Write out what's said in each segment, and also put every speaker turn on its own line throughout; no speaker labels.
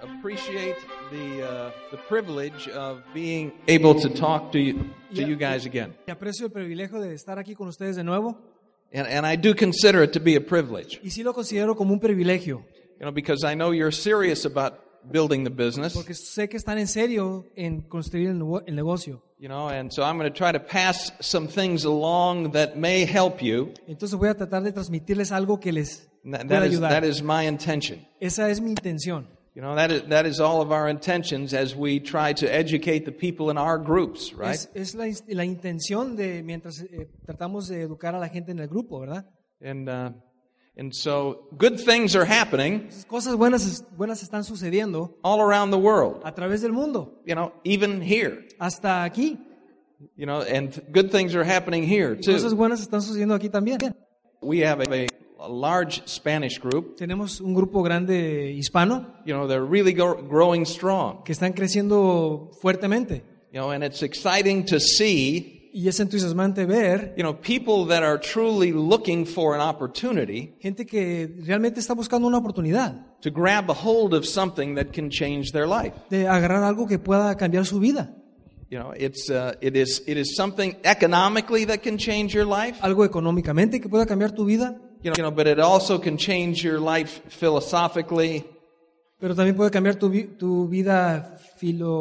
appreciate the, uh, the privilege of being able to talk to you, to
Yeah.
you guys again.
Y aprecio el privilegio de estar aquí con ustedes de nuevo.
And, and I do consider it to be a privilege,
Y sí lo considero como un privilegio,
you know, because I know you're serious about building the business,
porque sé que están en serio en construir el, nego- el negocio.
you know, and so I'm going to try to pass some things along that may help you.
Entonces voy a tratar de transmitirles algo que les
And that-
pueda
that, is,
ayudar.
that is my intention.
Esa es mi intención.
You know, that is, that is all of our intentions as we try to educate the people in our groups, right?
Es, es la, ins- la intención de mientras eh, tratamos de educar a la gente en el grupo, ¿verdad?
And, uh, and so good things are happening
Entonces, cosas buenas, es- buenas están sucediendo
all around the world,
a través del mundo,
you know, even here,
hasta aquí.
you know, and good things are happening here
Y cosas
too.
buenas están sucediendo aquí también.
We have a, a large Spanish group,
Tenemos un grupo grande hispano
you know, they're really go- growing strong,
que están creciendo fuertemente.
you know, and it's exciting to see,
Y es entusiasmante ver
you know, people that are truly looking for an opportunity
gente que realmente está buscando una oportunidad
to grab a hold of something that can change their life.
de agarrar algo que pueda cambiar su vida.
You know, it's uh, it is it is something economically that can change your life.
Algo económicamente que pueda cambiar tu vida,
You know, you know, but it also can change your life philosophically,
pero también puede cambiar tu, vi- tu vida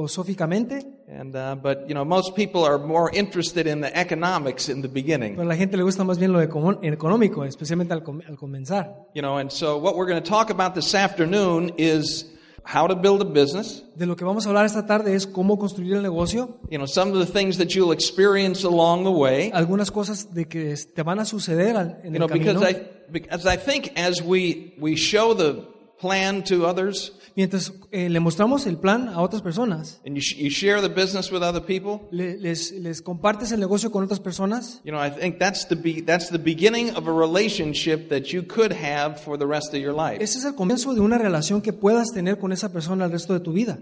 filosóficamente.
and uh, but you know, most people are more interested in the economics in the
Pero
beginning.
a la gente le gusta más bien lo econo- económico, especialmente al, com- al comenzar.
You know, and so what we're going to talk about this afternoon is how to build a business.
De lo que vamos a hablar esta tarde es cómo construir el negocio,
You know, some of the things that you'll experience along the way.
algunas cosas de que es- te van a suceder al- Uh, en
You know,
el camino.
because I because I think as we we show the plan to others
Mientras eh, le mostramos el plan a otras personas,
and you sh- you share the business with other people.
le- les, les compartes el negocio con otras personas,
You know, I think that's the be- that's the beginning of a relationship that you could have for the rest of your life.
ese es el comienzo de una relación que puedas tener con esa persona el resto de tu vida.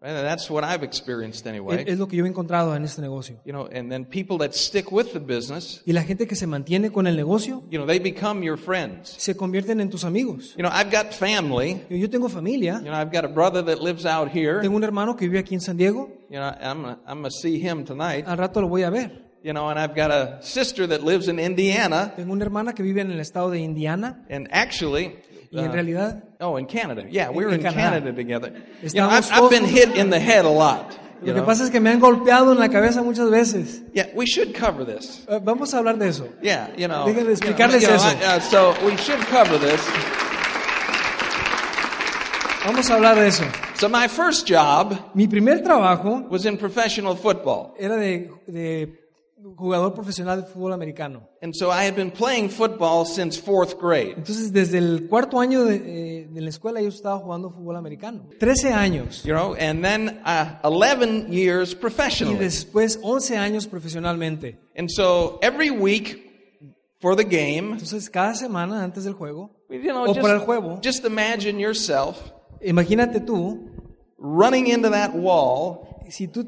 Right? And that's what I've experienced
Es,
anyway.
es lo que yo he encontrado en este negocio.
You know, and then people that stick with the business,
Y la gente que se mantiene con el negocio
you know, they become your friends.
se convierten en tus amigos.
You know, I've got family.
Yo, yo tengo familia,
You know, I've got a brother that lives out here. You
tengo un hermano que vive aquí en San Diego,
know, I'm gonna, I'm gonna see him tonight.
al rato lo voy a ver.
You know, and I've got a sister that lives in Indiana,
Tengo una hermana que vive en el estado de Indiana
and actually.
y en
Uh,
realidad
Oh, in Canada. Yeah, we
En-
were in
en Canadá.
Canada together. You know, I've,
Estamos
I've been
todos-
hit in the head a lot. you
lo que
know.
pasa es que me han golpeado en la cabeza muchas veces.
Yeah, we should cover this.
Eh, Vamos a hablar de eso.
Yeah, you know.
Déjenme
you know,
explicarles
you know,
eso.
I- uh, so we should cover this.
Vamos a hablar de eso.
So my first job
Mi primer trabajo
was in professional football.
era de, de jugador profesional de fútbol americano.
And so I had been playing football since fourth grade.
Entonces, desde el cuarto año de, eh, de la escuela yo estaba jugando fútbol americano. 13 años.
You know, and then uh, 11 years
Y
professionally.
después 11 años profesionalmente.
And so every week for the game,
Entonces, cada semana antes del juego,
you
O
know,
para el juego.
just, just imagine yourself
imagínate tú,
running into that wall,
si tú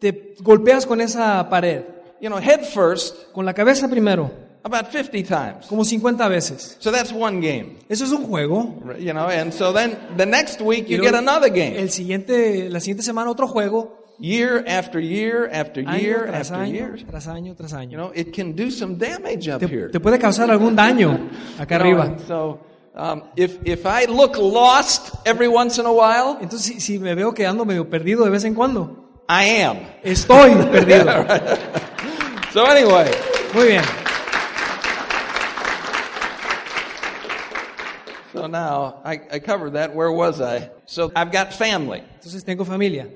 te golpeas con esa pared,
you know, head first
con la cabeza primero,
about 50 times.
como 50 veces.
So that's one game.
Eso es un juego.
You know, and so then the next week you get
luego
another game.
El siguiente, la siguiente semana otro juego.
Year after year after
Año
year
tras
after
año,
year.
tras año, tras año.
You know, it can do some damage up
te,
here.
te puede causar algún daño acá
You know,
arriba.
and so um, if if I look lost every once in a while,
Entonces, si, si me veo quedando medio perdido de vez en cuando,
I am.
estoy perdido.
So anyway,
Muy bien.
so now I, I covered that. Where was I? So I've got family,
Entonces, tengo familia.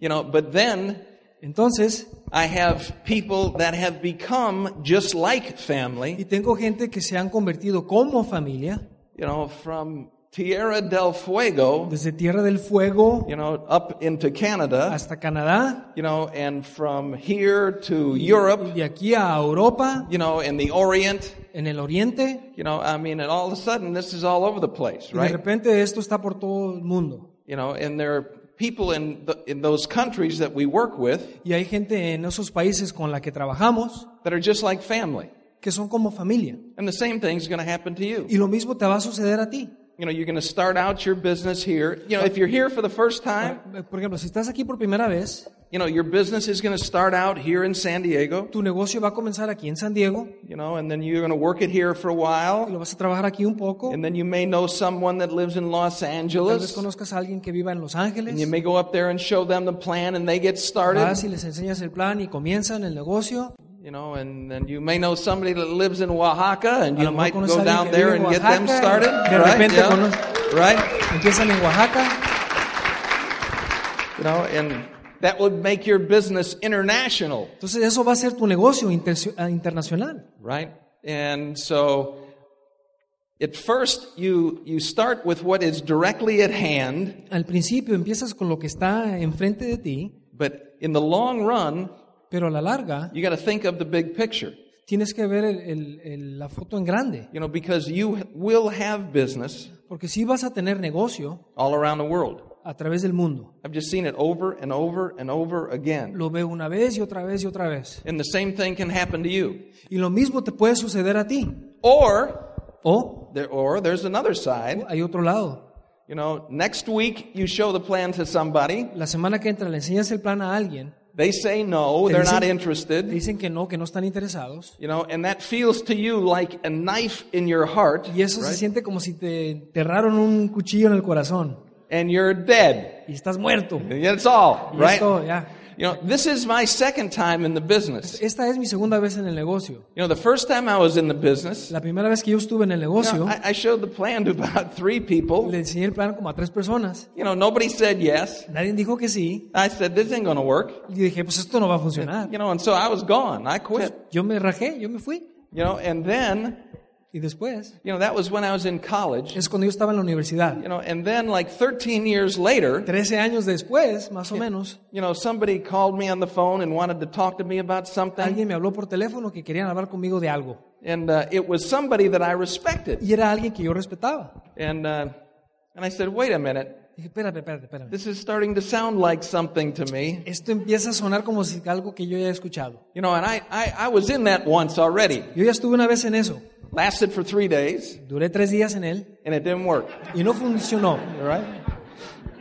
you know. But then
Entonces,
I have people that have become just like
y
family,
tengo gente que se han convertido como familia,
you know, from Tierra del Fuego,
desde Tierra del Fuego
you know, up into Canada,
hasta Canadá,
you know, and from here to Europe,
y de aquí a Europa,
you know, and the Orient.
en el Oriente,
You know, I mean, and all of a sudden, this is all over the place,
y de
right?
repente esto está por todo el mundo.
You know, and there are people in the, in those countries that we work with
Y hay gente en esos países con la que trabajamos
that are just like family,
que son como familia.
and the same thing's going to happen to you.
Y lo mismo te va a suceder a ti.
You know, you're going to start out your business here. You know, if you're here for the first time,
Eh, Por ejemplo, si estás aquí por primera vez,
you know, your business is going to start out here in San Diego,
tu negocio va a comenzar aquí en San Diego
you know, and then you're going to work it here for a
y
while.
lo vas a trabajar aquí un poco.
And then you may know someone that lives in Los
Tal vez
Angeles.
conozcas a alguien que viva en Los
And you
Ángeles.
may go up there and show them the plan and they get
Vas
started.
y les enseñas el plan y comienzan el negocio.
You know, and then you may know somebody that lives in Oaxaca and
A
you
lo mejor
might
conoces a
go
alguien
down
que
there
vive en
and get them
Oaxaca,
started.
de
Right?
repente
Yeah.
conoce-
Right?
Empiezan en Oaxaca.
You know, and that would make your business international,
Entonces eso va a ser tu negocio interse- ah, internacional.
right? And so at first you you start with what is directly at hand,
Al principio empiezas con lo que está enfrente de ti,
but in the long run,
pero a la larga
you got to think of the big picture.
tienes que ver el- el- el- la foto en grande,
You know, because you will have business
porque si vas a tener negocio
all around the world.
a través del mundo.
I've just seen it over and over and over again.
Lo veo una vez y otra vez y otra vez.
And the same thing can happen to you.
Y lo mismo te puede suceder a ti.
Or
O
there or there's another side.
hay otro lado.
You know, next week you show the plan to somebody.
La semana que entra le enseñas el plan a alguien,
They say no, they're not
te
interested.
dicen que no, que no están interesados.
You know, and that feels to you like a knife in your heart,
Y eso se
right?
siente como si te enterraron un cuchillo en el corazón
and you're dead.
y estás muerto.
And that's all,
Y
right?
esto, ya.
You know, this is my second time in the business.
Esta es mi segunda vez en el negocio.
You know, the first time I was in the business,
La primera vez que yo estuve en el
you
negocio,
know, I, I showed the plan to about three
le
people.
enseñé el plan como a tres personas.
You know, nobody said yes.
Nadie dijo que sí.
I said, this ain't going to work.
Y dije, pues esto no va a funcionar. Pues,
You know, and so I was gone. I quit.
Yo me rajé, yo me fui.
You know, and then,
Y después,
you know, that was when I was in college.
es cuando yo estaba en la universidad.
You know, and then like 13 years later,
13 años después, más o menos,
you know, somebody called me on the phone and wanted to talk to me about something.
alguien me habló por teléfono que querían hablar conmigo de algo.
And uh, it was somebody that I respected.
Y era alguien que yo respetaba.
And, uh, and I said, wait a minute.
Dije, espérame, espérame, espérame.
This is starting to sound like something to me.
Esto empieza a sonar como si algo que yo ya he escuchado.
You know, and I, I, I was in that once already.
Yo ya estuve una vez en eso.
Lasted for three days,
Duré tres días en él
and it didn't work.
y no funcionó.
All right?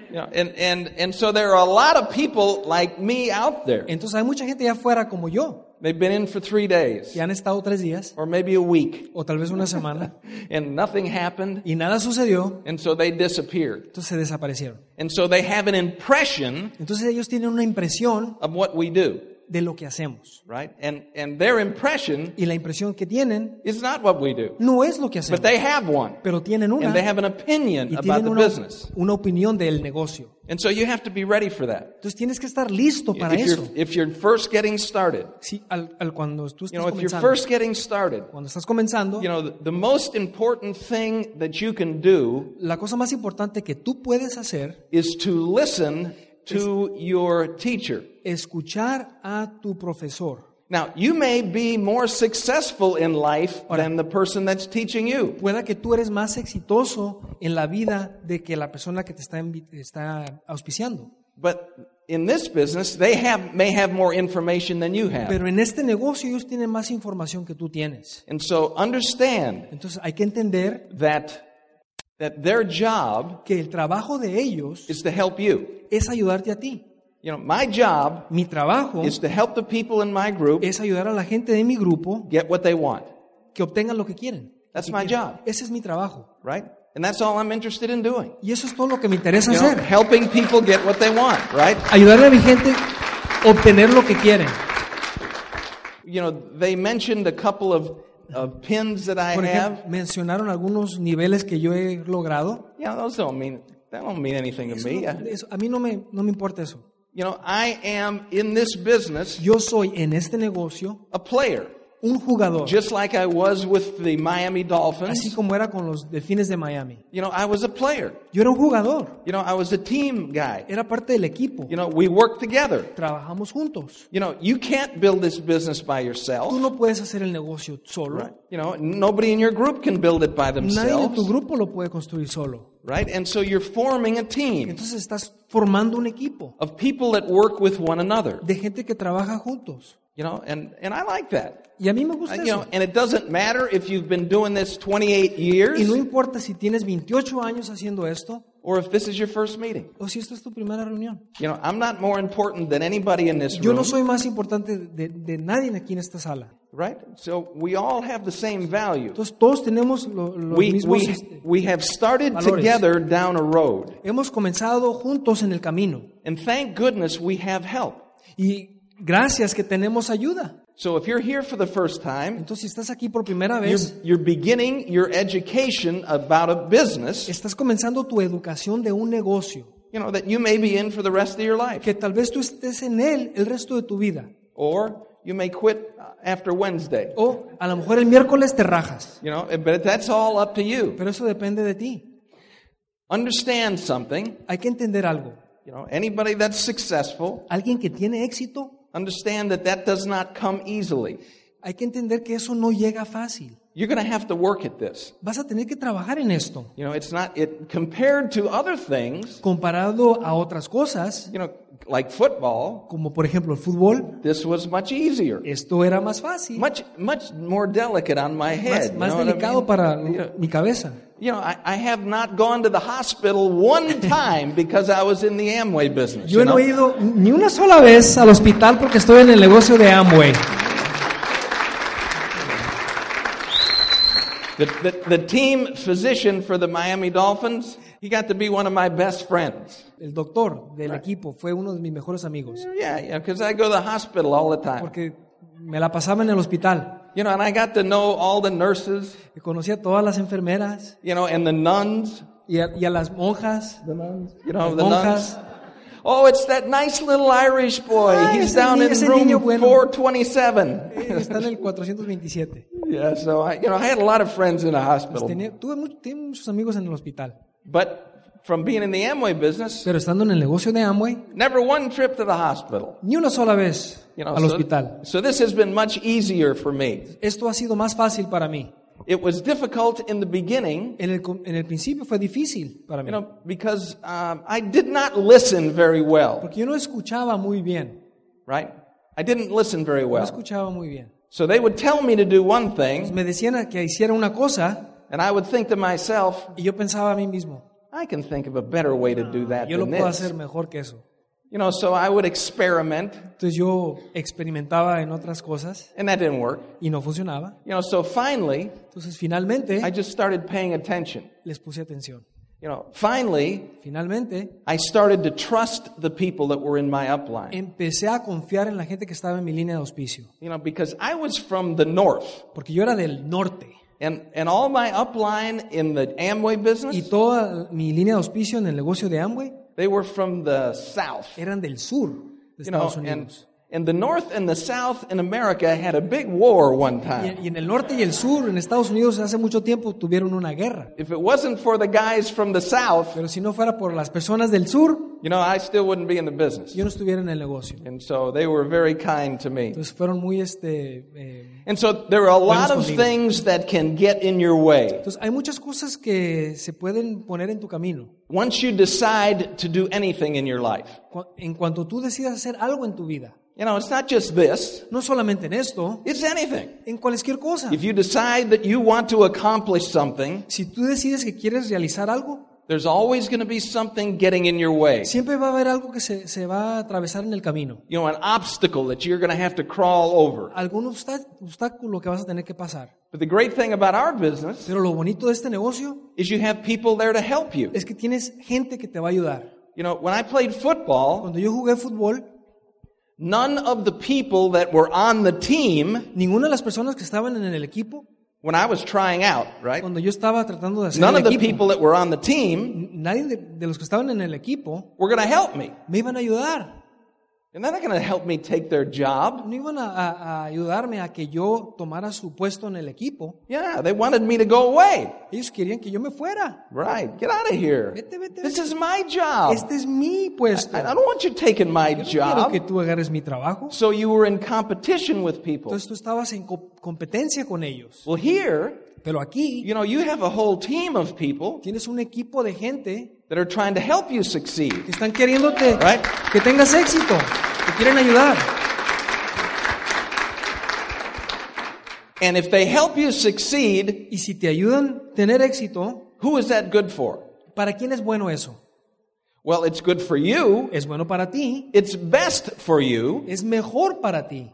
You know, and, and, and so there are a lot of people like me out there.
Entonces hay mucha gente allá afuera como yo,
They've been in for three days
que han estado tres días
or maybe a week
o tal vez una semana
and nothing happened.
y nada sucedió,
And so they disappeared.
entonces se desaparecieron.
And so they have an impression
Entonces ellos tienen una impresión
of what we do,
de lo que hacemos.
right? And, and their impression
Y la impresión que tienen
is not what we do,
no es lo que
but
hacemos,
they have one.
pero tienen una
Pues And they
y
have an opinion about
tienen
the
una,
business.
una opinión del negocio.
And so you have to be ready for that.
Entonces tienes que estar listo para
If
eso.
you're, if you're first getting started,
Sí, al, al cuando
you
tú estás
know, if you're
comenzando,
first getting started,
cuando estás comenzando,
you know, the, the most important thing that you can do
la cosa más importante que tú puedes hacer
is to listen to your teacher.
es escuchar a tu profesor.
Now, you may be more successful in life
Ahora.
than the person that's teaching you.
Pueda que tú eres más exitoso en la vida de que la persona que te está, invi- está auspiciando.
But in this business, they have, may have more information than you have.
Pero en este negocio ellos tienen más información que tú tienes.
And so understand
Entonces hay que entender
that, that their job
que el trabajo de ellos
is to help you.
es ayudarte a ti.
You know, my job
Mi trabajo
is to help the people in my group
es ayudar a la gente de mi grupo
get what they want.
que obtengan lo que quieren.
That's my job,
Ese es mi trabajo.
right? And that's all I'm interested in doing.
Y eso es todo lo que me interesa
You know,
hacer.
helping people get what they want, right?
Ayudarle a mi gente a obtener lo que quieren.
you know, they mentioned a couple of, of pins that I
Por
have.
ejemplo, mencionaron algunos niveles que yo he logrado.
Yeah, those don't mean that don't mean anything to
Eso
me. Uh,
no- eso- a mí no me, no me importa eso.
You know, I am in this business
Yo soy en este negocio
a player,
un jugador,
just like I was with the Miami
así
Dolphins.
como era con los delfines de Miami.
You know, I was a player.
Yo era un jugador,
You know, I was a team guy.
era parte del equipo,
You know, we worked together.
trabajamos juntos.
You know, you can't build this business by
Tú
yourself.
no puedes hacer el negocio solo.
You know, nobody in your group can build it by
Nadie de tu
themselves.
grupo lo puede construir solo.
right? And so you're forming a team
Entonces estás formando un equipo
of people that work with one another,
de gente que trabaja juntos.
you know, and, and I like that.
Y a mí me
I-
gusta
you know,
eso.
and it doesn't matter if you've been doing this 28
Y no
years
importa si tienes 28 años haciendo esto
or if this is your first meeting.
o si esto es tu primera reunión.
You know, I'm not more important than anybody in this
Yo no
room,
soy más importante de, de nadie aquí en esta sala.
right? So we all have the same value.
Entonces todos tenemos lo, los
We,
mismos...
we,
este,
we have started
Valores.
together down a road.
Hemos comenzado juntos en el camino.
And thank goodness we have help.
Y gracias que tenemos ayuda.
So if you're here for the first time,
Entonces si estás aquí por primera
you're,
vez,
you're beginning your education about a business,
estás comenzando tu educación de un negocio
you know, that you may be in for the rest of your life.
que tal vez tú estés en él el resto de tu vida.
Or you may quit uh, after Wednesday.
O a lo mejor el miércoles te rajas.
You know, but that's all up to you.
Pero eso depende de ti.
Understand something.
Hay que entender algo.
You know, anybody that's successful,
Alguien que tiene éxito,
understand that that does not come easily.
hay que entender que eso no llega fácil.
You're going to have to work at this.
Vas a tener que trabajar en esto.
You know, it's not it compared to other things,
Comparado a otras cosas,
you know, like football,
como por ejemplo el fútbol,
this was much easier.
esto era más fácil,
Much much more delicate on my
más,
head. you
más
know what I
delicado
mean?
para mi cabeza.
You know, I, I have not gone to the hospital one time because I was in the Amway business.
Yo
you know?
no he ido ni una sola vez al hospital porque estoy en el negocio de Amway.
The, the, the team physician for the Miami Dolphins, he got to be one of my best friends.
El doctor del equipo fue uno de mis mejores amigos
Yeah, yeah, because I go to the hospital all the time.
porque me la pasaba en el hospital.
You know, and I got to know all the nurses,
Y Conocí a todas las enfermeras
you know, and the nuns.
y a, y a las monjas.
The nuns. You know,
Las
the
monjas.
nuns. Oh, it's that nice little Irish boy.
Ah,
He's
ese
down
niño-
in
ese
room
niño bueno.
427.
Eh, Está en el 427.
Yeah, so I, you know, I had a lot of friends in the hospital.
Tenía- tuve, mu- tuve muchos amigos en el hospital.
But from being in the Amway business,
Pero estando en el negocio de Amway,
never one trip to the hospital.
ni una sola vez
You know,
al
so-
hospital.
so this has been much easier for me.
Esto ha sido más fácil para mí.
It was difficult in the beginning,
En el, com- en el principio fue difícil para
you
mí
know, because um, I did not listen very well,
porque yo no escuchaba muy bien.
right? I didn't listen very
No
well.
escuchaba muy bien.
So they would tell me to do one thing,
me decían que hiciera una cosa
and I would think to myself,
y yo pensaba a mí mismo,
I can think of a better way to do that
yo lo
than
puedo
this.
hacer mejor que eso.
You know, so I would experiment,
Entonces yo experimentaba en otras cosas
and that didn't work.
y no funcionaba.
You know, so finally,
Entonces finalmente
I just started paying attention.
les puse atención.
You know, finally,
Finalmente
I started to trust the people that were in my upline.
empecé a confiar en la gente que estaba en mi línea de auspicio,
You know, because I was from the north,
porque yo era del norte
and, and all my upline in the Amway business,
y toda mi línea de auspicio en el negocio de Amway
they were from the south.
eran del sur de
You know,
Estados
and,
Unidos.
and the north and the south in America had a big war one time.
Y, y en el norte y el sur, en Estados Unidos, hace mucho tiempo tuvieron una guerra.
If it wasn't for the guys from the south,
Pero si no fuera por las personas del sur,
you know, I still wouldn't be in the business.
yo no estuviera en el negocio.
And so they were very kind to me.
Entonces fueron muy este. eh,
And so there are a lot of
conmigo.
things that can get in your way.
entonces hay muchas cosas que se pueden poner en tu camino.
Once you decide to do anything in your life,
Cu- En cuanto tú decidas hacer algo en tu vida,
you know, it's not just this,
no solamente en esto,
it's anything.
en cualquier cosa.
If you decide that you want to accomplish something,
Si tú decides que quieres realizar algo,
there's always going to be something getting in your way.
siempre va a haber algo que se, se va a atravesar en el camino.
You know, an obstacle that you're going to have to crawl over.
Algún obstá- obstáculo que vas a tener que pasar.
But the great thing about our business
Pero lo bonito de este negocio
is you have people there to help you.
es que tienes gente que te va a ayudar.
You know, when I played football,
Cuando yo jugué fútbol,
none of the people that were on the team
ninguna de las personas que estaban en el equipo,
when I was trying out, right?
cuando yo estaba tratando de hacer
None of the
el equipo,
people that were on the team
nadie de, de los que estaban en el equipo
were going to help me.
me iban a ayudar.
And they're not going to help me take their job.
No iban a, a- a ayudarme a que yo tomara su puesto en el equipo.
Yeah, they wanted me to go away.
Ellos querían que yo me fuera.
Right. Get out of here.
Vete, vete, vete.
This is my job.
Este es mi puesto.
I I don't want you taking my
Quiero que
job.
tú agarres mi trabajo.
So you were in competition with people.
Entonces tú estabas en co- competencia con ellos.
Well, here,
Pero aquí
You know, you have a whole team of people
tienes un equipo de gente
that are trying to help you succeed.
que están queriéndote
Right.
que tengas éxito, que quieren ayudar.
And if they help you succeed,
Y si te ayudan a tener éxito,
who is that good for?
¿para quién es bueno eso?
Well, it's good for you.
Es bueno para ti,
It's best for you,
es mejor para ti,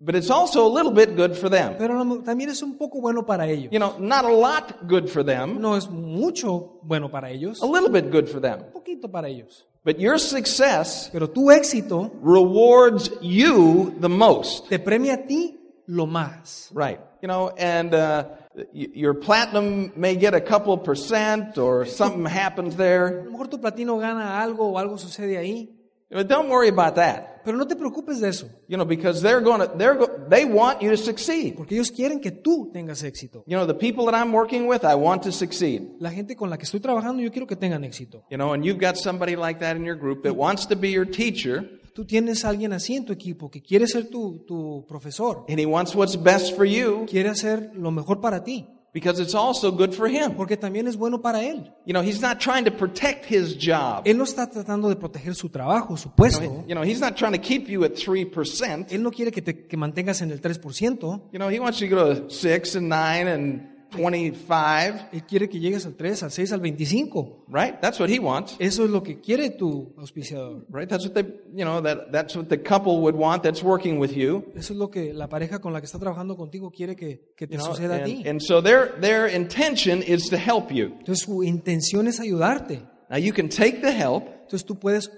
but it's also a little bit good for them.
pero no- también es un poco bueno para ellos.
You know, not a lot good for them,
No es mucho bueno para ellos,
a little bit good for them.
un poquito para ellos.
But your success
Pero tu éxito
rewards you the most.
te premia a ti lo más.
Right. You know, and uh, y- your platinum may get a couple percent or something happens
A
there.
lo mejor tu platino gana algo o algo sucede ahí,
But don't worry about that.
pero no te preocupes de eso,
You know, because they're going to, they're go- they want you to succeed.
porque ellos quieren que tú tengas éxito.
You know, the people that I'm working with, I want to succeed.
La gente con la que estoy trabajando, yo quiero que tengan éxito.
You know, and you've got somebody like that in your group that wants to be your teacher
Tú tienes a alguien así en tu equipo que quiere ser tu, tu profesor,
and he wants what's best for you
quiere hacer lo mejor para ti,
because it's also good for him.
porque también es bueno para él.
You know, he's not trying to protect his job.
Él no está tratando de proteger su trabajo, su
You know,
puesto.
he- you know, he's not trying to keep you at 3%.
Él no quiere que te que mantengas en el 3%.
You know, he wants you to go to 6 and 9 and 25,
Él quiere que llegues al 3, al 6, al 25.
right? That's what he wants.
Eso es lo que quiere tu auspiciador.
Right? That's what they, you know, that that's what the couple would want that's working with you.
Eso es lo que la pareja con la que está trabajando contigo quiere que, que te
you know,
suceda a ti.
and, and so their their intention is to help you.
Entonces su intención es ayudarte.
Now you can take the help
Entonces tú puedes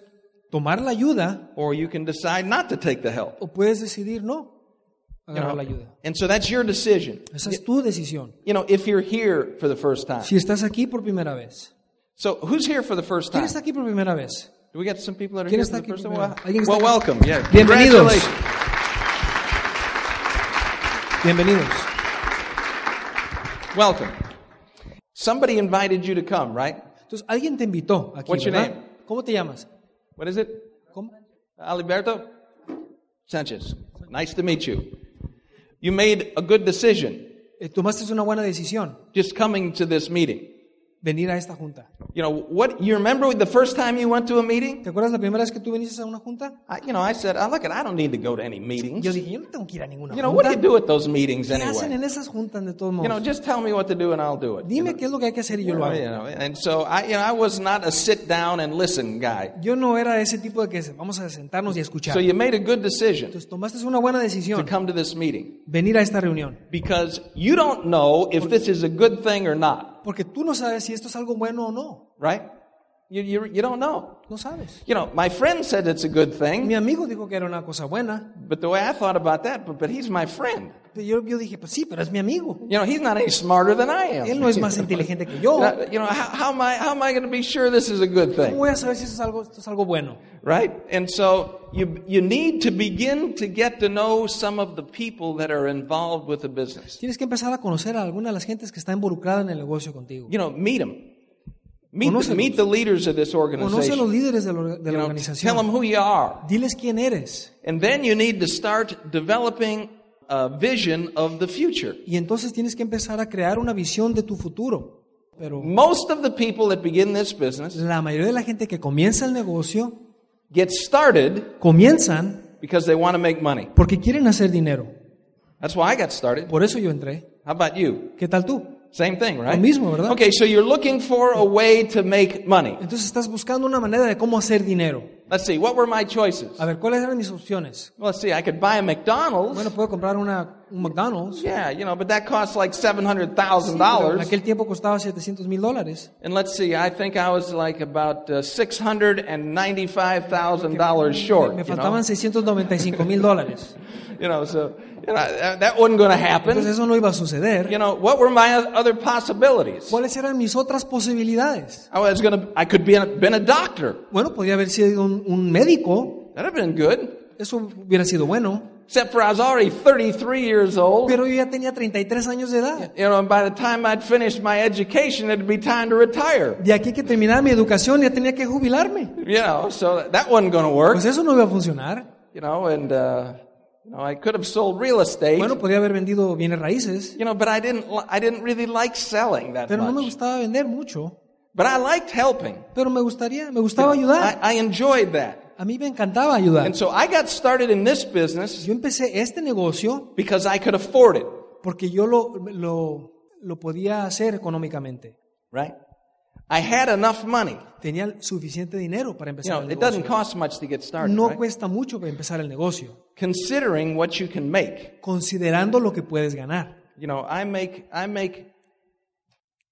tomar la ayuda
or you can decide not to take the help.
o puedes decidir no
you
agarrar
know.
la ayuda.
And so that's your decision.
Esa es tu decisión.
You know, if you're here for the first time.
Si estás aquí por primera vez.
So who's here for the first
¿Quién
time?
está aquí por primera vez?
Do we got some people that are
¿Quién
here
está
for the first
aquí
time?
primero?
Well,
¿Alguien está
well,
aquí?
welcome. Yeah.
Bienvenidos.
Congratulations.
Bienvenidos.
Welcome. Somebody invited you to come, right?
Entonces alguien te invitó aquí,
What's your
¿verdad?
name?
¿Cómo te llamas?
What is it?
¿Cómo?
Alberto Sanchez. Nice to meet you. You made a good decision
Eh, tomaste una buena decisión,
just coming to this meeting.
venir a esta junta.
You know, what you remember the first time you went to a meeting?
¿Te acuerdas la primera vez que tú viniste a una junta?
I, you know, I said, oh, look, I don't need to go to any meetings.
Yo dije, yo no tengo que ir a ninguna
Mm, You know, what
junta.
do you do at those meetings
¿Qué hacen
anyway?
en esas juntas de todos
You know,
modos?
just tell me what to do and I'll do it. You Oh,
Dime qué es lo que hay que hacer y yo lo
know,
hago.
you know, and so I, you know, I was not a sit down and listen guy.
Yo no era ese tipo de que se- vamos a sentarnos y escuchar.
So you made a good decision
Entonces tomaste una buena
to
decisión,
come to this meeting
venir a esta reunión,
because you don't know if this is a good thing or not,
porque tú no sabes si esto es algo bueno o no.
right? You, you, you don't know.
No sabes.
You know, my friend said it's a good
Mi
thing,
amigo dijo que era una cosa buena,
but the way I thought about that, but, but he's my friend.
pero yo, yo dije, pues sí, pero es mi amigo.
You know, he's not any smarter than I
Él
am.
no es más inteligente que yo.
Uh, You know, how, how am I, how am I going to be sure this is a good
¿Cómo
thing,
voy a saber si eso es algo, esto es algo bueno?
right? And so you, you need to begin to get to know some of the people that are involved with the business.
Tienes que empezar a conocer a alguna de las gentes que está involucrada en el negocio contigo.
You know, meet them. Meet, the,
Conócelos.
meet the leaders of this
Conoce a
organization.
los líderes de la, or- de la
You know, tell them
organización.
who you are.
Diles quién eres.
And then you need to start developing a vision of the future.
Y entonces tienes que empezar a crear una visión de tu futuro. Pero
Most of the people that begin this business
la mayoría de la gente que comienza el negocio
get started
comienzan
because they want to make money.
porque quieren hacer dinero.
That's why I got started.
Por eso yo entré.
How about you?
¿Qué tal tú?
Same thing, right?
mismo, ¿verdad?
Okay, so you're looking for a way to make money.
Entonces estás buscando una manera de cómo hacer dinero.
Let's see, what were my choices?
A ver, ¿cuáles eran mis opciones?
Well, let's see, I could buy a McDonald's.
Bueno, puedo comprar una, un McDonald's.
Yeah, you know, but that costs like
Sí, pero en
$700,000.
aquel tiempo costaba 700 mil dólares.
And let's see, I think I was like about uh, $695,000 short.
Me
You know?
faltaban 695 mil dólares.
You know, so you know, that that wasn't going to
Entonces
happen.
eso no iba a suceder.
You know, what were my other possibilities?
¿Cuáles eran mis otras posibilidades?
I was going to, I could be a, been a doctor.
Bueno, podía haber sido un, un médico.
That'd have been good.
Eso hubiera sido bueno.
Except for I was already 33 years old.
Pero yo ya tenía 33 años de edad.
You know, and by the time I'd finished my education, it'd be time to retire.
De aquí que terminaba mi educación ya tenía que jubilarme.
You know, so that wasn't going to work.
Pues eso no iba a funcionar.
You know, and uh, You know, I could have sold real estate,
Bueno, podría haber vendido bienes raíces,
you know, but I didn't, li- I didn't really like selling that
pero no me
much.
gustaba vender mucho.
But I liked helping.
Pero me gustaría, me gustaba ayudar.
I, I enjoyed that.
A mí me encantaba ayudar.
And so I got started in this business
Yo empecé este negocio
because I could afford it,
porque yo lo, lo, lo podía hacer económicamente.
right? I had enough money.
Tenía suficiente dinero para
You
empezar
know,
el
it doesn't
negocio.
cost much to get started,
No
right?
cuesta mucho para empezar el negocio,
Considering what you can make.
considerando lo que puedes ganar.
You know, I make, I make,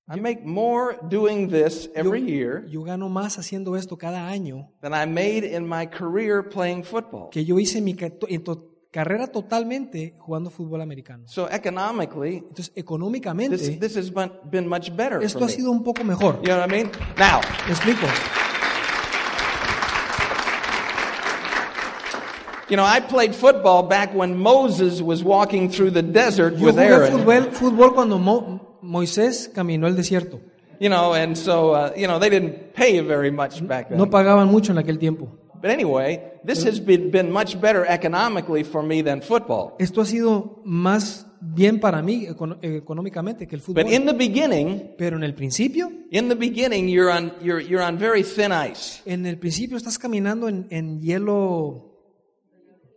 I make more doing this every year
Yo gano más haciendo esto cada año
than I made in my career playing football.
que yo hice mi ca- to- en to- carrera totalmente jugando fútbol americano.
So economically,
Entonces,
this,
económicamente,
this has been, been much better
esto
for
ha
me.
sido un poco mejor.
You know what I mean? Now,
¿Me explico?
you know, I played football back when Moses was walking through the desert
Yo
with
jugué
Aaron.
fútbol, fútbol cuando Mo- Moisés caminó el desierto.
You know, and so, uh, you know, they didn't pay you very much back then.
No pagaban mucho en aquel tiempo.
But anyway, this has been, been much better economically for me than football.
Esto ha sido más bien para mí econo- eh, económicamente que el fútbol.
But in the beginning,
Pero en el principio,
In the beginning, you're on, you're, you're on very thin ice.
en el principio estás caminando en, en hielo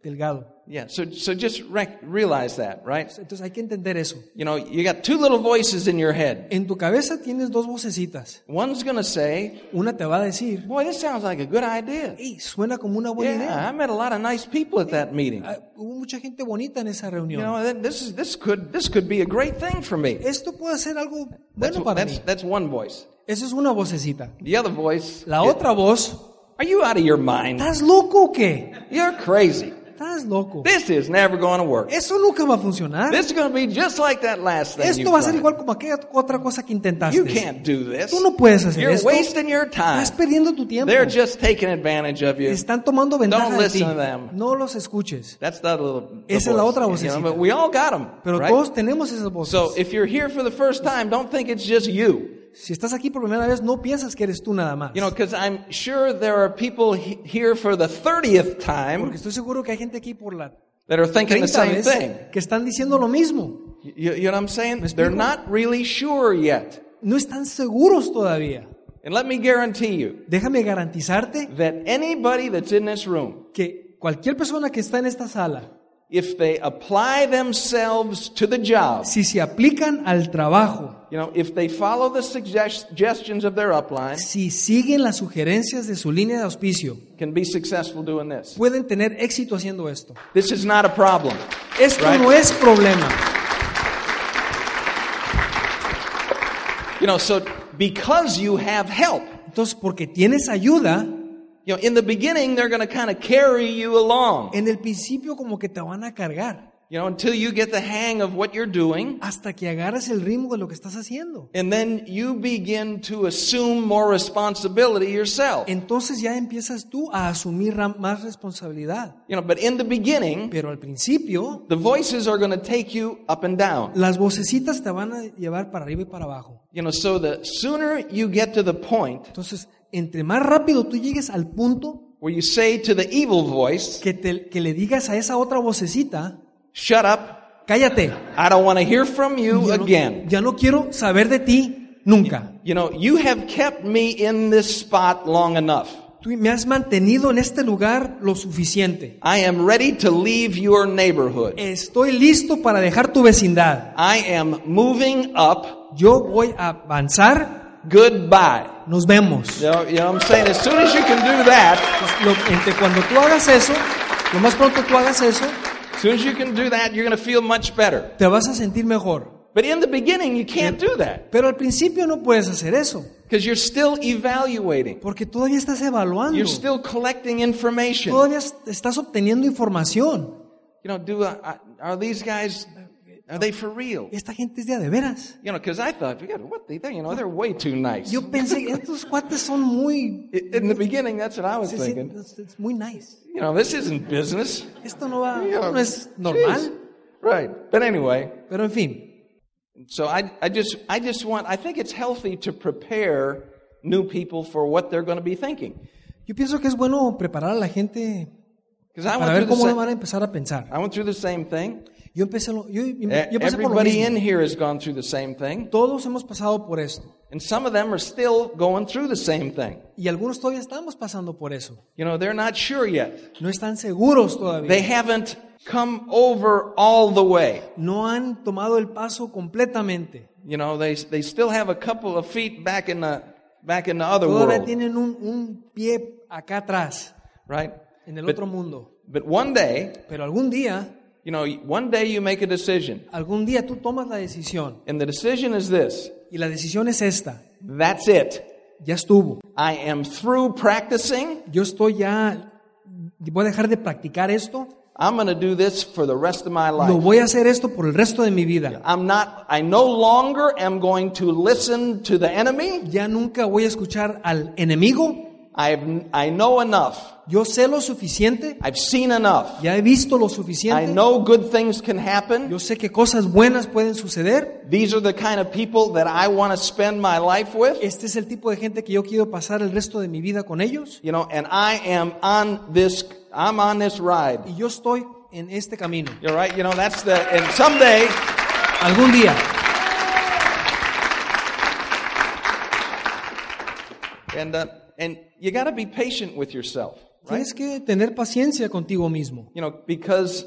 delgado.
Yeah, so, so just rec- realize that, right?
Entonces hay que entender eso.
You know, you got two little voices in your head.
En tu cabeza tienes dos vocecitas.
One's going to say,
Una te va a decir,
Boy, this sounds like a good idea.
hey, suena como una buena idea.
Yeah, I met a lot of nice people at that meeting.
Ah, Hubo mucha gente bonita en esa
You
reunión.
know, th- this, is, this, could, this could be a great thing for me.
Esto puede ser algo
That's,
bueno para
that's,
mí.
that's one voice.
Eso es una vocecita.
The other voice,
La
is,
otra voz,
Are you out of your mind?
¿estás loco o qué?
You're crazy.
Estás loco.
This is never going to work.
Eso nunca va a funcionar.
This is going to be just like that last thing. you
Esto va a ser
tried.
igual como aquella otra cosa que
You
intentaste.
can't do this.
Tú no puedes hacer
You're
esto.
wasting your time.
Estás perdiendo tu tiempo.
They're just taking advantage of you.
Están tomando ventaja
Don't
de ti.
listen to them.
No los escuches.
That's the little. the
Esa es la
voice,
otra
you know,
vocecita.
but we all got them.
Pero todos tenemos esas voces.
So if you're here for the first time, don't think it's just you.
si estás aquí por primera vez, no piensas que eres tú nada más.
You know, because I'm sure there are people he- here for the 30th
Porque
time
estoy seguro que hay gente aquí por la
that are thinking the
30
same
vez
thing.
que están diciendo lo mismo.
You, you know what I'm saying?
¿Me explico?
They're not really sure yet.
No están seguros todavía.
And let me guarantee you
Déjame garantizarte
that anybody that's in this room,
que cualquier persona que está en esta sala,
if they apply themselves to the job,
si se aplican al trabajo,
you know, if they follow the suggest- suggestions of their upline,
si siguen las sugerencias de su línea de auspicio,
can be successful doing this.
pueden tener éxito haciendo esto.
This is not a problem.
Esto
Right.
no es problema.
You know, so because you have help,
Entonces, porque tienes ayuda,
you know, in the beginning they're going to kind of carry you along,
en el principio como que te van a cargar
you know, until you get the hang of what you're doing,
hasta que agarras el ritmo de lo que estás haciendo.
and then you begin to assume more responsibility yourself.
Entonces ya empiezas tú a asumir ra- más responsabilidad.
You know, but in the beginning,
Pero al principio,
the voices are going to take you up and down.
las vocecitas te van a llevar para arriba y para abajo.
You know, so the sooner you get to the point
Entonces, entre más rápido tú llegues al punto
where you say to the evil voice,
que, te- que le digas a esa otra vocecita,
shut up,
cállate,
I don't want to hear from you
Ya no-
again.
Ya no quiero saber de ti nunca.
You know, you have kept me in this spot long enough.
Tú me has mantenido en este lugar lo suficiente.
I am ready to leave your neighborhood.
Estoy listo para dejar tu vecindad.
I am moving up.
Yo voy a avanzar.
Goodbye.
Nos vemos.
You know, you know what I'm saying? As soon as you can do that,
Entonces, lo- entre cuando tú hagas eso, lo más pronto tú hagas eso,
as soon as you can do that, you're going to feel much better.
te vas a sentir mejor.
But in the beginning, you can't do that
Pero al principio no puedes hacer eso,
because you're still evaluating.
porque todavía estás evaluando.
You're still collecting information. You
Todavía est- estás obteniendo información.
know, do I, I, are these guys are they for real?
Esta gente es de a de veras.
You know, because I thought, "God, what they, you know, they're way too nice.
Yo pensé, estos cuates son muy...
In the beginning, that's what I was
se- se-
thinking.
es muy nice.
You know, this isn't business.
Esto no va,
You know,
no es
geez.
normal.
Right. But anyway,
Pero en fin,
so I, I just I just want I think it's healthy to prepare new people for what they're going to be thinking.
yo pienso que es bueno preparar a la gente
Because I went
para ver
through
cómo
the
van
sa-
a empezar a pensar.
I went through the same thing.
Yo empecé, lo- yo, yo
E-
empecé por lo
Everybody in
mismo.
here has gone through the same thing,
Todos hemos pasado por esto.
and some of them are still going through the same thing.
Y algunos todavía estamos pasando por eso.
You know, they're not sure yet.
No están seguros
They
todavía.
haven't come over all the way.
No han tomado el paso completamente.
You know, they they still have a couple of feet back in the back in the other
Todavía
world,
tienen un, un pie acá atrás,
right?
en el
But-
otro mundo.
But one day,
Pero algún día,
you know, one day you make a decision,
algún día tú tomas la decisión.
and the decision is this:
Y la decisión es esta.
that's it.
Ya estuvo.
I am through practicing.
Yo estoy ya... Voy a dejar de practicar esto.
I'm going to do this for the rest of my
Lo
life.
voy a hacer esto por el resto de mi vida.
I'm not. I no longer am going to listen to the enemy.
Ya nunca voy a escuchar al enemigo.
I've. I know enough.
Yo sé lo suficiente.
I've seen enough.
Ya he visto lo
I
suficiente.
know good things can happen.
Yo sé que cosas buenas pueden suceder.
These are the kind of people that I want to spend my life with.
Este es el tipo de gente que yo quiero pasar el resto de mi vida con ellos.
You know, and I am on this I'm on this ride.
Y yo estoy en este camino.
You're right, you know, that's the and someday
Algún día.
and uh, and you got to be patient with yourself, right?
Tienes que tener paciencia contigo mismo.
You know, because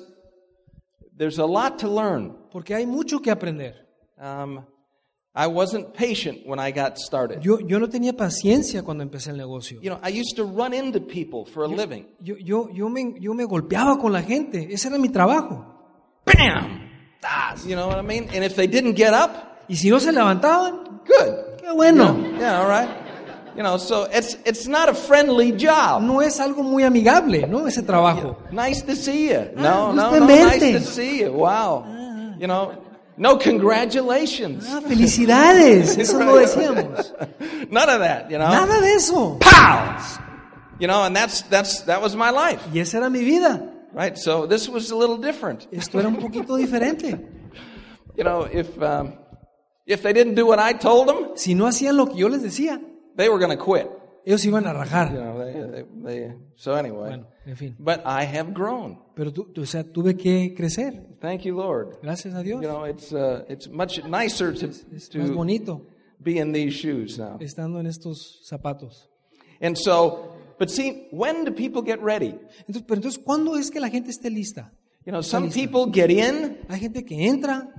there's a lot to learn.
Porque hay mucho que aprender.
Um, I wasn't patient when I got started.
Yo, yo no tenía paciencia cuando empecé el negocio.
You know, I used to run into people for a living.
Yo, yo, yo, me, yo me golpeaba con la gente. Ese era mi trabajo.
Bam! Ah, You know what I mean? And if they didn't get up,
Y si no se levantaban,
good.
qué bueno.
Yeah, all right. You know, so it's it's not a friendly job.
No es algo muy amigable, ¿no? Ese trabajo.
Nice to see you.
Ah,
No, no, no.
justamente.
Nice to see you. Wow. You know, no congratulations.
Ah, felicidades. Eso no decíamos.
None of that. You know.
Nada de eso.
Pow. You know, and that's that's that was my life,
Y esa era mi vida.
right? So this was a little different.
Esto era un poquito diferente.
You know, if um, if they didn't do what I told them,
Si no hacían lo que yo les decía,
they were going to quit.
ellos iban a
You
rajar.
know, they, they, they, so anyway.
Bueno, en fin.
But I have grown.
Pero tú, tú- o sea, tuve que crecer.
Thank you, Lord.
Gracias a Dios.
You know, it's uh, it's much nicer to
Es más
to
bonito
be in these shoes now.
estando en estos zapatos.
And so, but see, when do people get ready?
Entonces, pero entonces, ¿cuándo es que la gente esté lista?
You know, some people get in,
Hay gente que entra,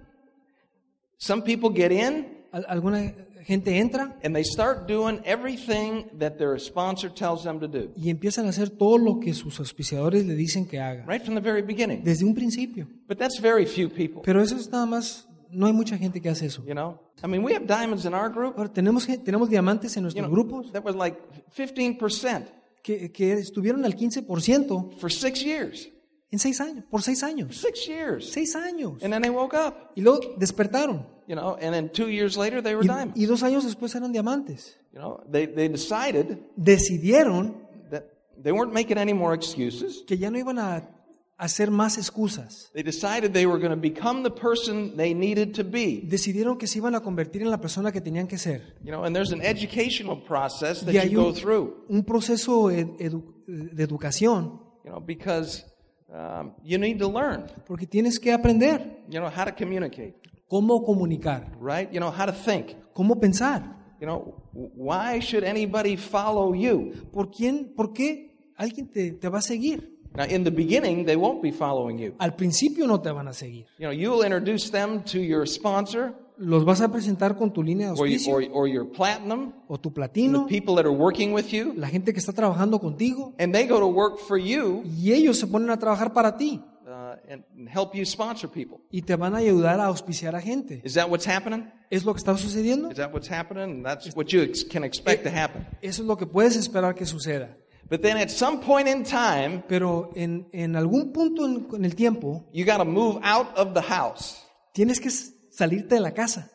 some people get in,
al- alguna gente entra
and they start doing everything that their sponsor tells them to do
y empiezan a hacer todo lo que sus auspiciadores le dicen que haga.
right from the very beginning.
Desde un principio.
But that's very few people,
Pero eso es nada más, no hay mucha gente que hace eso.
you know. I mean, we have diamonds in our group
Ahora, tenemos, gen- tenemos diamantes en nuestros grupos
that was like 15%
que, que estuvieron al 15%
for 6 years.
en seis años, por seis años.
6 years.
Seis años.
And then they woke up,
Y luego despertaron.
you know, and then 2 years later they were diamonds.
Y, y dos años después eran diamantes.
You know, they they decided
Decidieron
that they weren't making any more excuses.
que ya no iban a hacer más excusas.
They decided they were going to become the person they needed to be.
Decidieron que se iban a convertir en la persona que tenían que ser.
You know, and there's an educational process that
Y
you
hay
go
un,
through.
un proceso ed- edu- de educación
You know, because um, you need to learn.
porque tienes que aprender
You know how to communicate,
cómo comunicar,
right? You know how to think.
cómo pensar.
You know, w- why should anybody follow you?
¿Por, quién, por qué alguien te, te va a seguir?
Now, in the beginning, they won't be following you.
Al principio no te van a seguir.
You know, you'll introduce them to your sponsor
Los vas a presentar con tu línea de
or, you,
auspicio
or, or your platinum,
o tu
the
platino,
people that are working with you,
la gente que está trabajando contigo,
and they go to work for you
y ellos se ponen a trabajar para ti
uh, and and help you sponsor people.
y te van a ayudar a auspiciar a gente.
Is that what's happening?
¿Es lo que está sucediendo?
Is that what's happening? And that's what you ex- can expect to happen.
Eso es lo que puedes esperar que suceda.
But then at some point in time,
Pero en, en algún punto en, en el tiempo
you got to move out of the house.
tienes que s- salirte de la casa.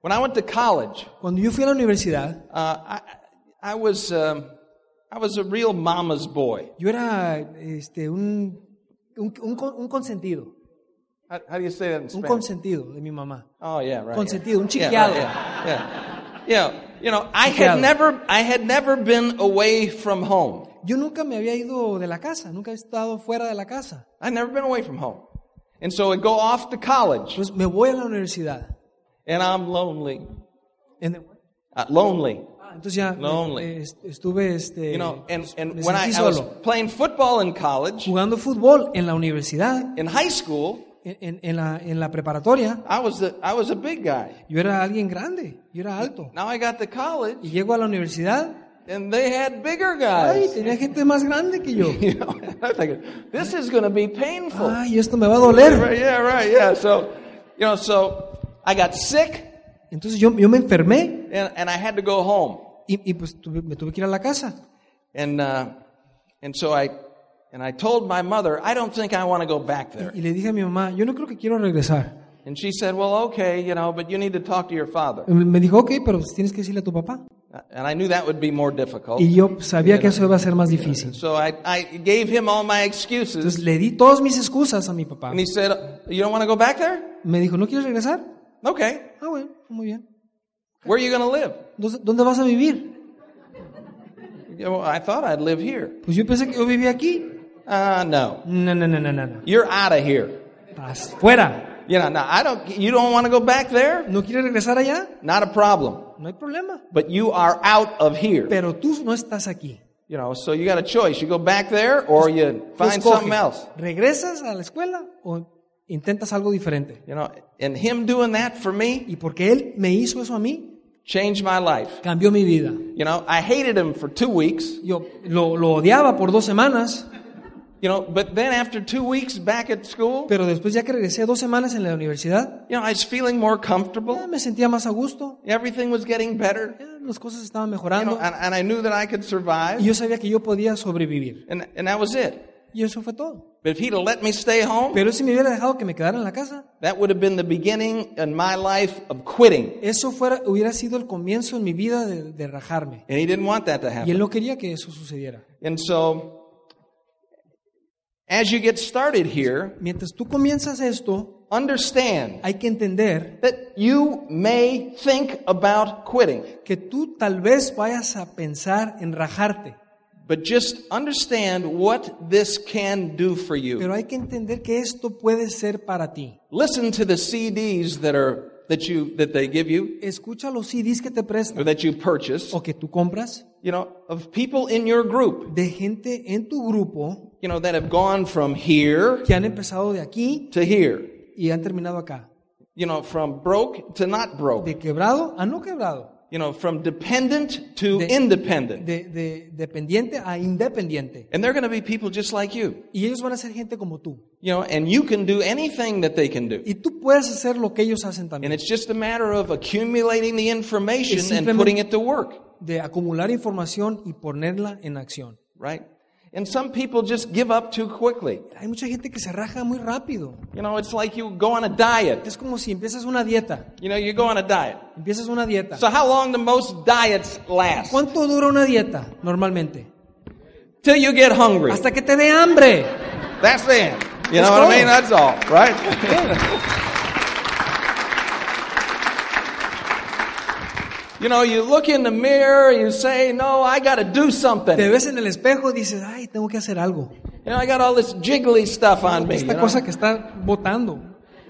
When I went to college,
Cuando yo fui a la universidad,
uh, I, I was um, I was a real mama's boy.
yo era este, un, un, un con- un consentido,
How, how do you say that in
un
Spanish?
consentido de mi mamá.
oh yeah, right.
consentido,
yeah.
un
Yeah,
chiqueado.
right, yeah, yeah. Yeah, you know, I had
Chiqueado.
never I had never been away from home.
yo nunca me había ido de la casa, nunca había estado fuera de la casa.
I'd never been away from home. And so I go off to college
Entonces me voy a la universidad.
and I'm lonely.
And then-
Uh, lonely.
ah, entonces ya me-
Lonely.
eh, est- estuve este,
You know, and,
Eh, me
and when I,
sentí
I was
solo.
playing football in college,
Jugando fútbol en la universidad,
in high school,
en, en- en la, en la preparatoria,
I was, the, I was a big guy.
yo era alguien grande, yo era alto.
Now I got to college
Y llego a la universidad,
and they had bigger
ay,
guys.
tenía gente más grande que yo.
You know, I was thinking, this is going to be painful.
Ay, esto me va a doler.
Right, yeah, right, yeah. So, you know, so I got sick
Entonces yo, yo me enfermé
and, and I had to go home.
y, y pues tuve- me tuve que ir a la casa.
And, uh, and so I, and I told my mother, I don't think I want to go back there.
Y le dije a mi mamá, yo no creo que quiero regresar.
And she said, well, okay, you know, but you need to talk to your father.
Y Me dijo, ok, pero tienes que decirle a tu papá.
And I knew that would be more difficult.
Y yo sabía que eso iba a ser más difícil.
So I, I gave him all my excuses.
Entonces le di todas mis excusas a mi papá.
And he said, you don't want to go back there?
Me dijo, ¿no quieres regresar?
Okay.
Ah, bueno, muy bien.
Where are you going to live?
Entonces, ¿Dónde vas a vivir?
You know, I thought I'd live here.
Pues yo pensé que yo vivía aquí.
Uh, no.
No, no, no, no, no. no.
You're out of here.
Estás fuera.
You know, now I don't, you don't want to go back there?
¿No quieres regresar allá?
Not a problem.
No hay problema.
But you are out of here.
Pero tú no estás aquí.
You know, so you got a choice. You go back there or you
Tú
find
escoge.
something else.
¿Regresas a la escuela o intentas algo diferente?
You know, and him doing that for me
Y porque él me hizo eso a mí,
changed my life.
cambió mi vida.
You know, I hated him for two weeks,
Yo lo, lo odiaba por dos semanas,
you know, but then after two weeks back at school,
pero después ya que regresé dos semanas en la universidad,
you know, I was feeling more
ya
comfortable.
me sentía más a gusto,
Everything was getting better.
ya las cosas estaban
You know,
mejorando
and, and I knew that I could
y
survive.
yo sabía que yo podía sobrevivir.
And, and that was it.
Y eso fue todo.
But if he'd have let me stay home,
Pero si me hubiera dejado que me quedara en la casa,
that would have been the beginning in my life of quitting.
eso fuera, hubiera sido el comienzo en mi vida de, de rajarme.
And he didn't want that to
Y él
happen.
no quería que eso sucediera.
And so, as you get started here,
Mientras tú comienzas esto,
understand
hay que entender
that you may think about quitting,
que tú tal vez vayas a pensar en rajarte,
but just understand what this can do for you.
pero hay que entender que esto puede ser para ti.
Listen to the CDs that are that you that they give you
Escucha los CDs que te
or
prestan
that you purchase,
o que tú compras
you know, of people in your group,
de gente en tu grupo
you know, that have gone from here
que han empezado de aquí
to here,
y han terminado acá,
you know, from broke to not broke,
de quebrado a no quebrado,
you know, from dependent to
De-
independent.
de, de dependiente a independiente.
And they're going to be people just like you.
Y ellos van a ser gente como tú.
You know, and you can do anything that they can do.
Y tú puedes hacer lo que ellos hacen
And
también,
it's just a matter of accumulating the information and
simplemente-
putting it to work,
de acumular información y ponerla en acción.
right? And some people just give up too quickly.
Hay mucha gente que se raja muy rápido.
You know, it's like you go on a diet.
Es como si empiezas una dieta
You know, you go on a diet.
Empiezas una dieta.
So how long do most diets last?
¿Cuánto dura una dieta normalmente?
Till you get hungry.
Hasta que te dé hambre.
That's the end. You
That's
know what I
all.
mean? That's all, right? you know, you look in the mirror, you say, no, I got to do something.
Te
You
ves en el espejo y dices, ay, tengo que hacer algo.
know, I got all this jiggly stuff on me. you
Esta
know?
cosa que está botando.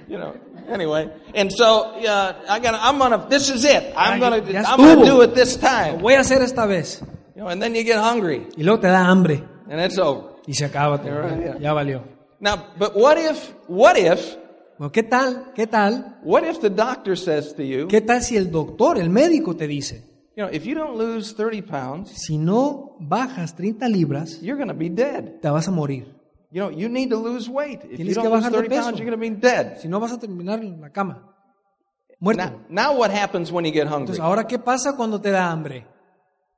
you know. Anyway, and so uh, I got. I'm gonna. This is it. I'm
Ya-
gonna.
ya
I'm gonna
estuvo.
do it this
Lo
time.
voy a hacer esta vez.
You know, and then you get hungry,
Y luego te da hambre.
and it's over.
Y se acaba todo.
Right,
Ya,
yeah.
ya valió.
Now, but what if? What if?
Bueno, ¿qué tal? ¿Qué tal?
What if the doctor says to you,
¿Qué tal si el doctor, el médico te dice,
you know, if you don't lose 30 pounds,
si no bajas 30 libras,
you're gonna be dead.
te vas a morir?
You know, you need to lose weight. If you
Tienes que
don't lose
bajar de
30 pounds,
peso.
you're gonna be dead.
Si no vas a terminar en la cama. Muerto.
Now, now what happens when you get hungry?
Entonces, ¿ahora qué pasa cuando te da hambre?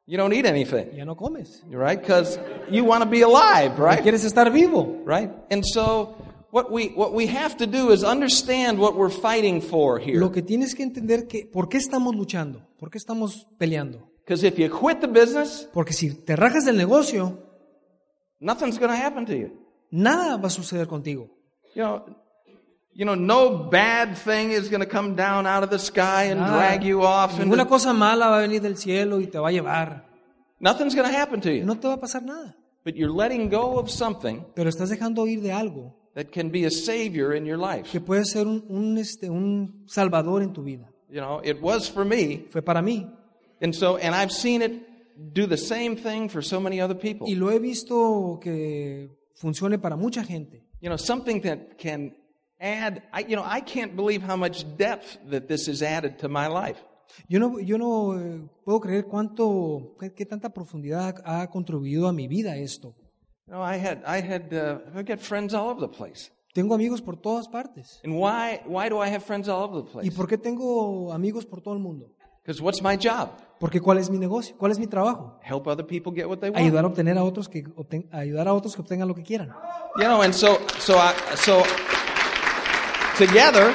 You don't eat anything,
Ya no comes.
right? Because you want to be alive, right?
Quieres estar vivo.
right? And so what we what we have to do is understand what we're fighting for here.
Lo que tienes que entender que por qué estamos luchando, por qué estamos peleando.
Because if you quit the business,
Porque si te rajas del negocio,
nothing's going to happen to you.
nada va a suceder contigo.
You know, you know, no bad thing is going to come down out of the sky and
Nada.
drag you off. And
Ninguna cosa mala va a venir del cielo y te va a llevar.
nothing's going to happen to you.
No te va a pasar nada.
but you're letting go of something
pero estás dejando ir de algo
that can be a savior in your life.
que puede ser un, un, este, un salvador en tu vida.
You know, it was for me,
Fue para mí.
and so, and I've seen it do the same thing for so many other people.
Y lo he visto que funcione para mucha gente.
You know, something that can add, I, you know, I can't believe how much depth that this has added to my life.
Yo no, yo no eh, puedo creer cuánto, qué, qué tanta profundidad ha contribuido a mi vida esto.
You know, I had, I had, uh, I've got friends all over the place.
Tengo amigos por todas partes.
And why, why do I have friends all over the
¿Y
place?
por qué tengo amigos por todo el mundo?
Because what's my job?
Porque ¿cuál es mi negocio? ¿Cuál es mi trabajo?
Help other people get what they want.
Ayudar a obtener a otros que obten- ayudar a otros que obtengan lo que quieran.
You know, and so, so I, so together,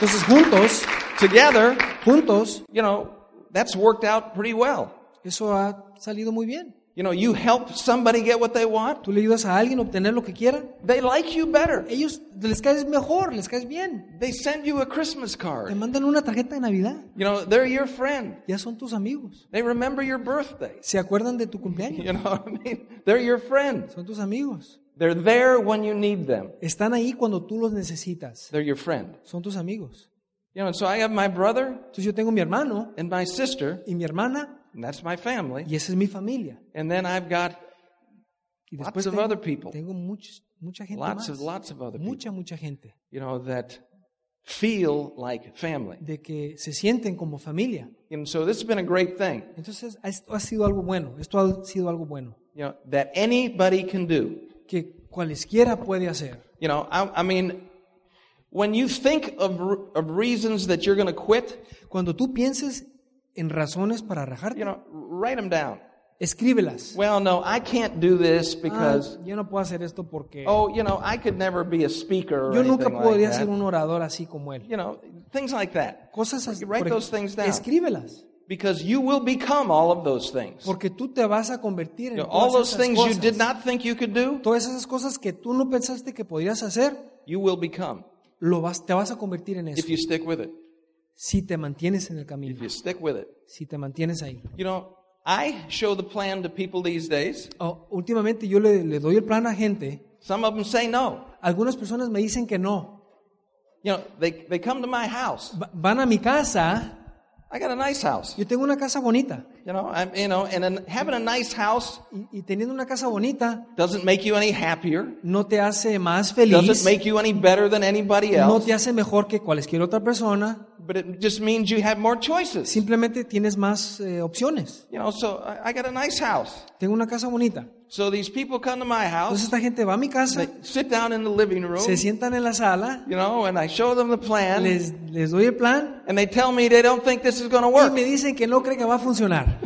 Entonces juntos,
together,
juntos,
you know, that's worked out pretty well.
eso ha salido muy bien.
You know, you help somebody get what they want,
Tú le ayudas a alguien a obtener lo que quiera,
they like you better.
ellos les caes mejor, les caes bien.
They send you a Christmas
Te
card.
mandan una tarjeta de Navidad,
You know, they're your friend.
ya son tus amigos.
They remember your birthday.
Se acuerdan de tu cumpleaños,
You know what I mean? They're your friend.
son tus amigos.
They're there when you need them.
Están ahí cuando tú los necesitas,
They're your friend.
son tus amigos.
You know, and so I have my brother
Entonces yo tengo mi hermano
and my sister,
y mi hermana
and that's my family.
y esa es mi familia.
And then I've got
Y
Lots
después
of
tengo,
other people.
tengo much- mucha gente
lots
más.
of lots of other people,
mucha, mucha gente
you know, that feel like family.
de que se sienten como familia.
And so this has been a great thing,
Entonces esto ha sido algo bueno, esto ha sido algo bueno
you know, that anybody can do.
que cualesquiera puede hacer.
You know, I, I mean, when you think of r- of reasons that you're going to quit,
Cuando tú pienses en razones para rajarte,
you know, write them down.
escríbelas.
Well, no, I can't do this because
Ah, yo no puedo hacer esto porque
oh, you know, I could never be a speaker or
yo nunca
anything like
podría
that.
ser un orador así como él.
You know, things like that.
Cosas así.
Write
por
those
ejemplo,
things down.
Escríbelas,
Because you will become all of those things.
porque tú te vas a convertir en
You know, all
todas
those
esas
things
cosas.
you did not think you could do,
Todas esas cosas que tú no pensaste que podrías hacer,
you will become
lo vas, te vas a convertir en eso
if you stick with it.
si te mantienes en el
If
camino,
you stick with it.
si te mantienes ahí.
You know, I show the plan to people these days.
Oh, últimamente yo le, le doy el plan a gente.
Some of them say no.
Algunas personas me dicen que no.
You know, they, they come to my house.
Va- van a mi casa.
I got a nice house.
Yo tengo una casa bonita.
You know, I'm, you know, and then having a nice house
Y, y teniendo una casa bonita,
doesn't make you any happier.
no te hace más feliz,
Doesn't make you any better than anybody
no
else.
te hace mejor que cualquier otra persona,
But it just means you have more choices.
simplemente tienes más eh, opciones.
You know, so I, I got a nice house.
Tengo una casa bonita.
So these people come to my
Entonces
house,
esta gente va a mi casa,
they sit down in the living room,
se sientan en la sala,
you know, and I show them the plan,
les, les doy el plan
and they tell me they don't think this is going to
y
work.
me dicen que no cree que va a funcionar.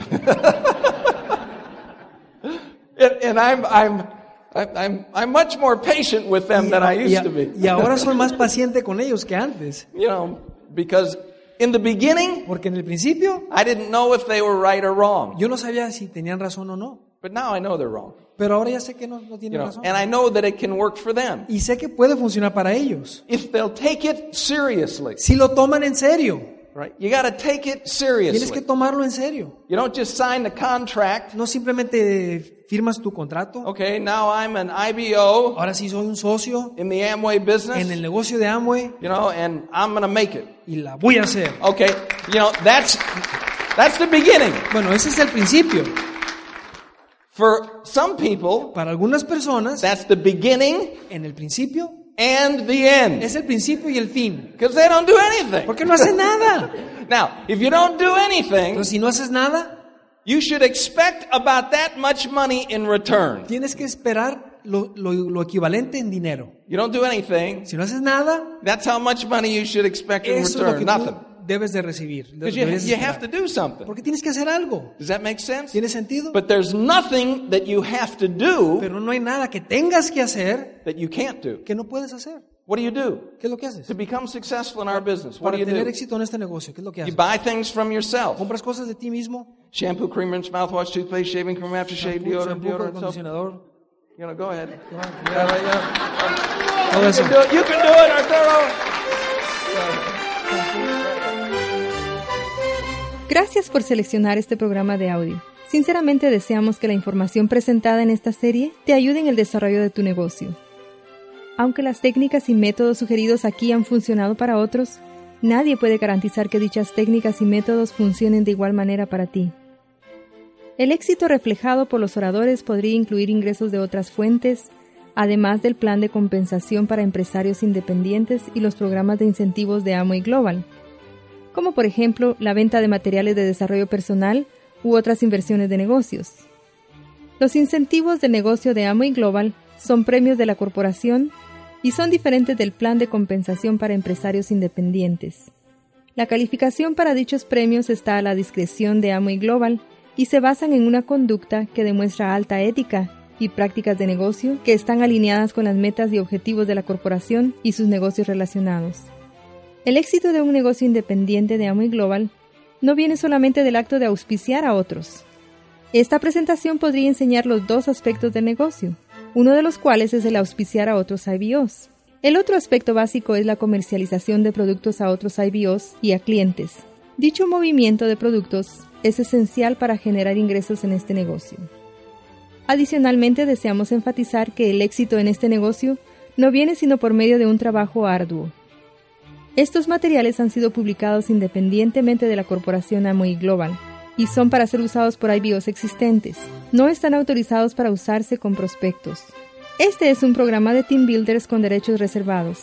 And, and I'm, I'm, I'm, I'm, I'm much more patient with them than I
Y,
used
a-
to be.
y ahora soy más paciente con ellos que antes,
You know, because in the beginning,
porque en el principio
I didn't know if they were right or wrong.
yo no sabía si tenían razón o no,
But now I know they're wrong.
pero ahora ya sé que no, no
You
tienen
know,
razón.
and I know that it can work for them
Y sé que puede funcionar para ellos.
if they'll take it seriously.
Si lo toman en serio,
Right? You got to take it
tienes que
seriously.
tomarlo en serio.
You don't just sign the contract.
No simplemente firmas tu contrato.
Okay, now I'm an IBO
Ahora sí soy un socio
in the Amway
en el
business.
negocio de Amway
You know, and I'm going to make it.
y la voy a hacer.
Okay, you know, that's that's the beginning.
Bueno, ese es el principio.
For some people,
Para algunas personas,
that's the beginning
en el principio
and the end.
es el principio y el fin.
Because they don't do anything.
Porque no haces nada.
Now, if you don't do anything,
Entonces, si no haces nada,
you should expect about that much money in return.
tienes que esperar lo, lo- lo equivalente en dinero.
You don't do anything,
Si no haces nada,
that's how much money you should expect in
eso es lo que
return. Nothing.
tú debes de recibir.
Because you,
Deberías
you have to
esperar.
do something.
Porque tienes que hacer algo.
Does that make sense?
¿Tiene sentido?
But there's nothing that you have to do
Pero no hay nada que tengas que hacer
that you can't do.
que no puedes hacer.
What do you do?
¿Qué es lo que haces?
To become successful in our business, what
para
do you
tener
do?
éxito en este negocio, ¿qué es lo que
You
haces?
buy things from yourself.
Compras cosas de ti mismo,
Shampoo, cream rinse, mouthwash, toothpaste, shaving cream, aftershave,
shampoo,
deodorant,
shampoo,
deodorant, soap.
acondicionador,
You know, go ahead.
todo
Yeah, yeah. You
eso.
can do it. You can do it, Arturo.
Gracias por seleccionar este programa de audio. Sinceramente deseamos que la información presentada en esta serie te ayude en el desarrollo de tu negocio. Aunque las técnicas y métodos sugeridos aquí han funcionado para otros, nadie puede garantizar que dichas técnicas y métodos funcionen de igual manera para ti. El éxito reflejado por los oradores podría incluir ingresos de otras fuentes, además del plan de compensación para empresarios independientes y los programas de incentivos de Amway Global, como por ejemplo la venta de materiales de desarrollo personal u otras inversiones de negocios. Los incentivos de negocio de Amway Global son premios de la corporación y son diferentes del plan de compensación para empresarios independientes. La calificación para dichos premios está a la discreción de Amway Global y se basan en una conducta que demuestra alta ética y prácticas de negocio que están alineadas con las metas y objetivos de la corporación y sus negocios relacionados. El éxito de un negocio independiente de Amway Global no viene solamente del acto de auspiciar a otros. Esta presentación podría enseñar los dos aspectos del negocio, uno de los cuales es el auspiciar a otros IBOs. El otro aspecto básico es la comercialización de productos a otros IBOs y a clientes. Dicho movimiento de productos es esencial para generar ingresos en este negocio. Adicionalmente, deseamos enfatizar que el éxito en este negocio no viene sino por medio de un trabajo arduo. Estos materiales han sido publicados independientemente de la corporación Amway Global y son para ser usados por IBOs existentes. No están autorizados para usarse con prospectos. Este es un programa de team builders con derechos reservados.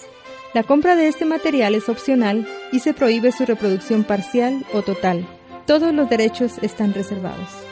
La compra de este material es opcional y se prohíbe su reproducción parcial o total. Todos los derechos están reservados.